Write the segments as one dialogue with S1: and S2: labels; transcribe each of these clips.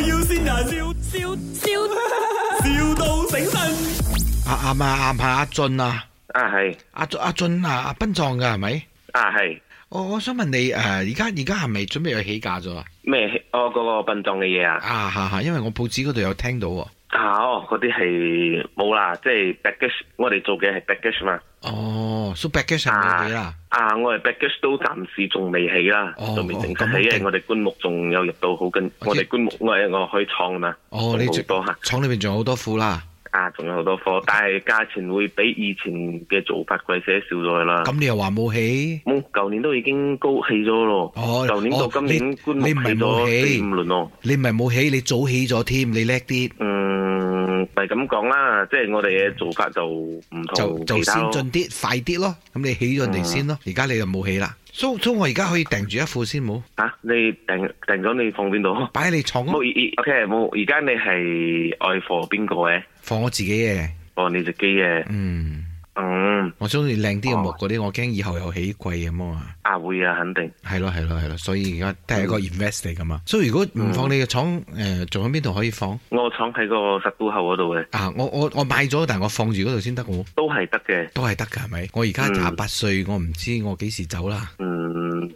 S1: 要先人，笑笑笑，,笑到醒神。
S2: 啊啱啊啱啊，阿俊啊，
S3: 啊係，
S2: 阿俊阿俊啊，阿斌撞噶係咪？
S3: 啊係，
S2: 我我想問你誒，而家而家係咪準備去起價咗啊？
S3: 咩？我嗰個殯葬嘅嘢啊，
S2: 啊嚇嚇，因為我報紙嗰度有聽到喎。
S3: 啊哦，嗰啲係冇啦，即係 package，我哋做嘅係 package 嘛，
S2: 哦，so back 嘅上
S3: 啊
S2: 冇幾啦。
S3: 啊，我哋 package 都暫時仲未起啦，
S2: 哦
S3: 仲未正
S2: 哦咁
S3: 式起，因為
S2: 勁
S3: 我哋棺木仲有入到好緊，
S2: 我知
S3: 我哋棺木我係我開倉嘛，
S2: 哦，你
S3: 仲好
S2: 仲
S3: 多客
S2: 廠裏面仲有好多貨啦。
S3: 啊，仲有好多貨，但係價錢會比以前嘅做法貴些少咗啦。
S2: 咁你又話冇起？
S3: 冇，舊年都已經高起咗咯，
S2: 哦
S3: 舊年到今
S2: 哦
S3: 年棺木
S2: 你
S3: 起
S2: 你唔係冇
S3: 咗
S2: 起
S3: 四五輪咯。
S2: 你唔係冇起，你早起咗添，你叻啲，
S3: 嗯，咪咁講啦，即係我哋嘅做法就唔
S2: 就
S3: 同
S2: 就
S3: 其他
S2: 先
S3: 咯。嗯
S2: 進啲，快啲咯。咁你起咗人哋先咯，而家你就冇起啦。so so 我而家可以訂住一副先冇，
S3: 嚇、你訂訂咗你放邊度？
S2: 擺喺你廠
S3: 冇而 OK 冇，而家你係愛貨邊個嘅？
S2: 放我自己嘅。
S3: 貨你隻機嘅？
S2: 嗯，
S3: 嗯，
S2: 我中意靚啲嘅木
S3: 哦
S2: 嗰啲，我驚以後又起貴咁啊嘛。
S3: 啊會啊，肯定。
S2: 係咯係咯係咯，所以而家都係一個
S3: 嗯
S2: invest 嚟噶嘛。所以如果唔放你嘅廠，誒仲喺邊度可以放？
S3: 我廠喺個實都後嗰度嘅，
S2: 啊，我我我買咗，但係我放住嗰度先得喎。
S3: 都係得嘅。
S2: 都係得㗎，係咪？我而家
S3: 嗯
S2: 廿八歲，我唔知我幾時走啦。
S3: 嗯，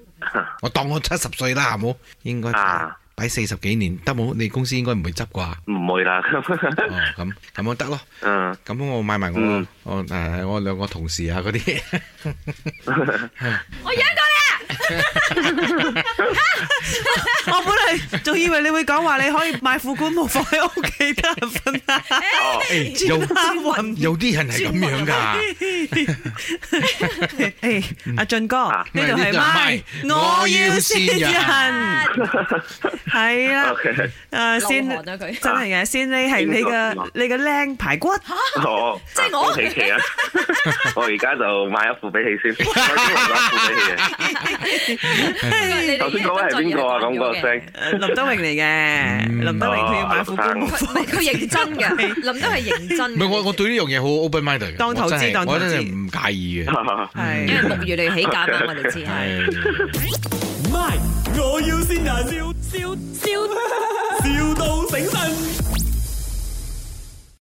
S2: 我當我七十歲啦，好冇？應該
S3: 啊
S2: 擺四十幾年得冇？你公司應該唔會執 啩？哦，
S3: 唔會啦。
S2: 咁咁樣得咯。
S3: 嗯，
S2: 咁我買埋我、
S3: 嗯
S2: 我誒、我兩個同事啊嗰啲，
S4: 我養過啦，
S5: 我本嚟仲以為你會講話你可以買副棺木放喺屋企得人瞓啊，
S3: 哦，
S2: 誒有
S5: 轉下運。
S2: 有啲人係咁樣㗎。
S5: 誒，阿俊哥，呢
S2: 唔係
S5: 度
S2: 呢
S5: 係
S2: 度係咪
S5: 咪？我要線人，係啦
S3: OK，
S5: 誒
S4: 流
S5: 線
S4: 汗啊佢
S5: 真係嘅，線你係你嘅你嘅靚排骨，
S3: 哦，
S4: 即係我
S3: 恭喜你啊！ 我而家就買一副俾 你先，我先買一副俾你嘅。
S4: 你哋
S3: 頭先嗰位係邊個啊？咁個聲
S5: 誒林德榮嚟嘅，林德榮佢要買副棺木
S3: 哦
S4: 佢唔係佢認真嘅，林 都係認真嘅。
S2: 唔係我我對呢樣嘢好 open minded 嘅，
S5: 當投資
S2: 我真係
S5: 當投資
S2: 我真係唔介意嘅。
S4: 因為
S5: 係。
S4: 木魚嚟起價嘛，我哋知係。
S2: 係。
S1: My，我要先人，笑笑笑，,笑到醒神。